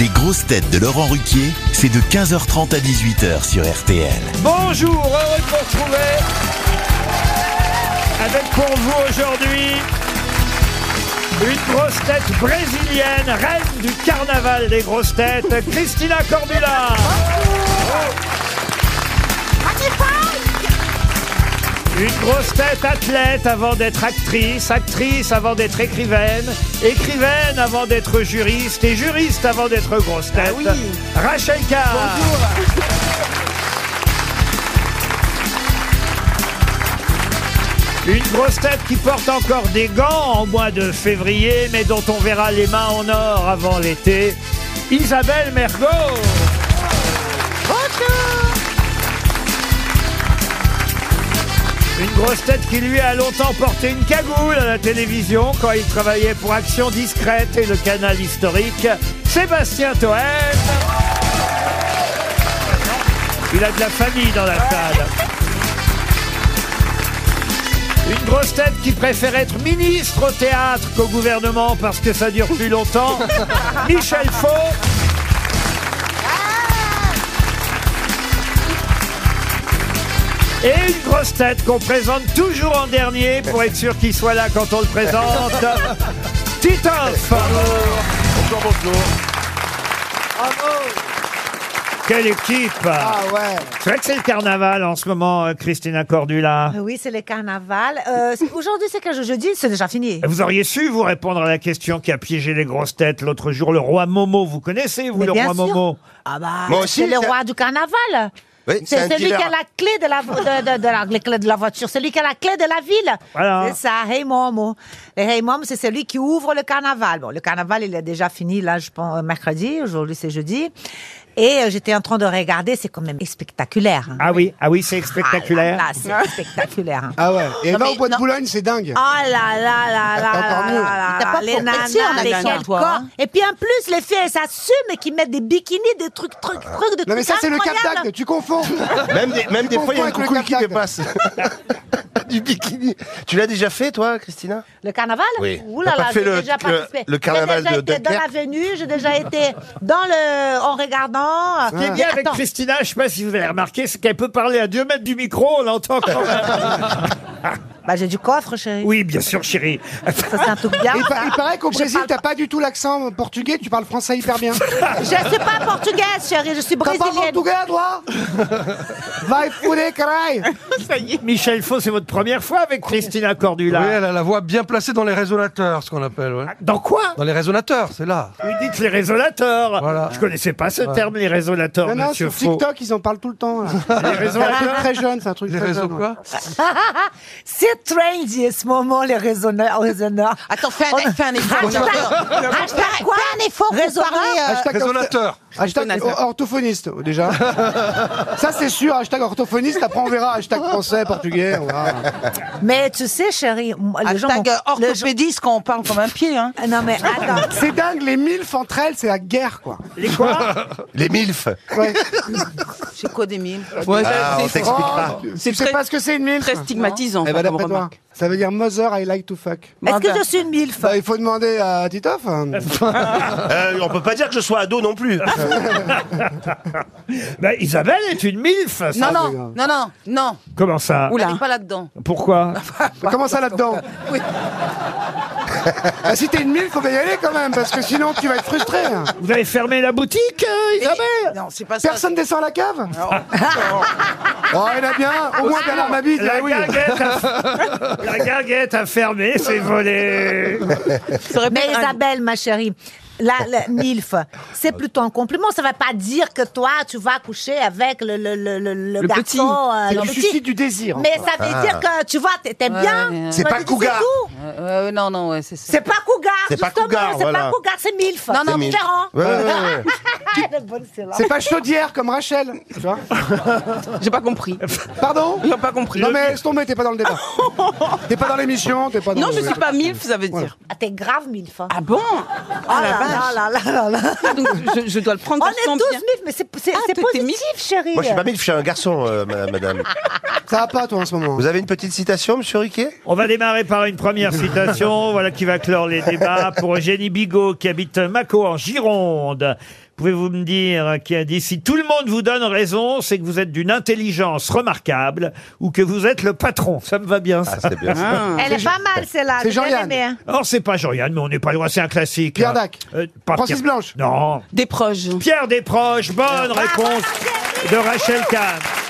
Les grosses têtes de Laurent Ruquier, c'est de 15h30 à 18h sur RTL. Bonjour, heureux de vous retrouver avec pour vous aujourd'hui une grosse tête brésilienne, reine du carnaval des grosses têtes, Christina Cordula. Une grosse tête athlète avant d'être actrice, actrice avant d'être écrivaine, écrivaine avant d'être juriste et juriste avant d'être grosse tête. Rachel Carr. Une grosse tête qui porte encore des gants en mois de février, mais dont on verra les mains en or avant l'été. Isabelle Mergot. Une grosse tête qui lui a longtemps porté une cagoule à la télévision quand il travaillait pour Action Discrète et le canal historique, Sébastien Toen. Il a de la famille dans la salle. Une grosse tête qui préfère être ministre au théâtre qu'au gouvernement parce que ça dure plus longtemps. Michel Faux. Et une grosse tête qu'on présente toujours en dernier pour être sûr qu'il soit là quand on le présente. Titoff Bonjour, bonjour. Quelle équipe C'est vrai que c'est le carnaval en ce moment, euh, Christina Cordula. Euh, Oui, c'est le carnaval. Euh, c'est- Aujourd'hui, c'est quel jour jeudi C'est déjà fini. Ben, Vous auriez su vous répondre à la question qui a piégé les grosses têtes l'autre jour, le roi Momo. Vous connaissez, vous, Mais le bien roi sûr. Momo Ah bah, Moi aussi, c'est le c'est- roi du carnaval. Oui, c'est c'est un celui dealer. qui a la clé de la, vo- de, de- de la, les clés de la voiture, celui qui a la clé de la ville. Voilà. C'est ça, Hey Momo. Le Hey Momo, c'est celui qui ouvre le carnaval. Bon, le carnaval, il est déjà fini, là, je pense, euh, mercredi. Aujourd'hui, c'est jeudi. Et euh, j'étais en train de regarder, c'est quand même spectaculaire. hein. Ah oui, ah oui, c'est Ah spectaculaire. là là, c'est spectaculaire. hein. Ah ouais, et Non, va mais- au bois de non. Boulogne, c'est dingue. Ah là là là là encore là mieux. Ah là T'as là, pas les pour nanas, petit, on a les gagné, quel toi, corps. hein. Et puis en plus, les filles, elles s'assument et qui mettent des bikinis, des trucs, trucs, trucs de Non mais ça c'est le Cap incroyables. d'Agde, tu confonds. Même des, même des fois, Pourquoi il y a un avec le coucou qui cartac dépasse. du bikini. Tu l'as déjà fait, toi, Christina Le carnaval Oui. Ouh là T'as là, pas fait j'ai le- déjà le- participé. le carnaval J'ai déjà de été dans Dunkerque l'avenue, j'ai déjà été dans le... en regardant... Ce qui est bien avec Attends, Christina, je sais pas si vous avez remarqué, c'est qu'elle peut parler à deux mètres du micro, on l'entend quand Ah, même. bah, j'ai du coffre, chérie. Oui, bien sûr, chérie. Ça, c'est un truc bien. Et il pa- ça. il paraît qu'au Je Brésil, parle t'as pas du tout l'accent portugais, tu parles français hyper bien. pas- Je suis pas portugaise, chérie, je suis T'as pas brésilienne. portugais, toi Va fouler, caray Michel Faux, c'est votre première fois avec Christina Cordula. Oui, elle a la voix bien placée dans les résonateurs, ce qu'on appelle. ouais. Dans quoi Dans les résonateurs, c'est là. Ah, Vous dites les résolateurs. Voilà. Je connaissais pas ce terme, les résolateurs, Non, non, monsieur sur Faux. TikTok, ils en parlent tout le temps. là. Les C'est un truc résolateurs. très jeune, c'est un truc Les très réseaux jeune. ouais. quoi C'est trendy, à ce moment, les raisonneurs. raisonneurs. Attends, fais Oh, un, fais un effort. Hashtag, hashtag quoi un effort Raisonneur. Hashtag Résonateur. Ah, ortho- Hashtag Orthonateur. orthophoniste, déjà. Ça, c'est sûr, hashtag orthophoniste. Après, on verra. Hashtag français, portugais, on verra. Mais tu sais, chérie, moi, Ah, les gens. Hashtag euh, m'ont- les gens- orthopédiste quand on parle comme un pied. Hein. Non, mais attends. C'est dingue, les milfs entre elles, c'est la guerre, quoi. Les quoi Les MILF. Ouais. Oh, C'est quoi des mille Ah, on t'explique pas. Tu sais pas ce que c'est une milf Très stigmatisant. Eh ben, enfin, comme d'après toi, remarque. ça veut dire Mother I like to fuck. Est-ce que je suis une milf Bah, il faut demander à Titoff. Euh, on peut pas dire que je sois ado non plus. Bah, Isabelle est une MILF. ça. Non, Ah, c'est non, grave. non, non, non. Comment ça On Oula. n'est pas là-dedans. Pourquoi Comment ça là-dedans Oui. bah, Si t'es une mille, faut bien y aller quand même, parce que sinon tu vas être frustré. hein. Vous avez fermé la boutique, euh, Isabelle Non, c'est pas Ah, ça. Personne descend la cave Oh, il y en a Ah, bien, au moins Bernard Mabille, la, ah oui. guinguette a... la guinguette a fermé, c'est volé. Mais Isabelle, ma chérie, la, la MILF, c'est plutôt un compliment. Ça ne va pas dire que toi, tu vas coucher avec le, le, le, le, le Le garçon, petit. euh, C'est le du petit. suicide du désir. Mais ça veut dire que, tu vois, t'es- t'aimes bien. ouais. C'est Tu pas dis, cougar. tout. Euh, non, non, ouais, c'est ça. C'est pas cougar. C'est pas justement, cougar, C'est voilà. pas cougar, c'est MILF. Ah, Non, non, C'est MILF. différent. Ouais, ouais, ouais, ouais. Le bon, c'est là. C'est pas chaudière comme Rachel. Tu vois J'ai pas compris. Pardon J'ai pas compris. Non mais laisse tomber, t'es pas dans le débat. T'es pas dans l'émission, t'es pas dans Non, le je suis pas mille, ça veut dire. Ah, t'es grave MILF. hein. Ah bon Ah la là, vache. là, là, là, là. Ah, donc, je, je dois le prendre On je est tous sens bien. MILF, mais c'est c'est- Ah, c'est t'es- t'es positif, MILF chérie. Moi, je suis pas MILF, je suis un garçon, euh, ma- madame. Ça va pas toi en ce moment. Vous avez une petite citation, monsieur Riquet On va démarrer par une première citation, voilà qui va clore les débats pour Eugénie Bigot qui habite Mâcon en Gironde. Pouvez-vous me dire euh, qui a dit si tout le monde vous donne raison, c'est que vous êtes d'une intelligence remarquable ou que vous êtes le patron. Ça me va bien. Ça. Ah, c'est bien. ça. Elle est pas mal, celle-là. c'est j'ai bien Jean-Yann. aimé, hein. Ah, Alors c'est pas Jean-Yann, mais on n'est pas loin, c'est un classique. Pierre hein. Dac. Euh, pas Francis Pierre- Blanche. Non. Des proches. Pierre Desproges, bonne réponse de Rachel Kahn.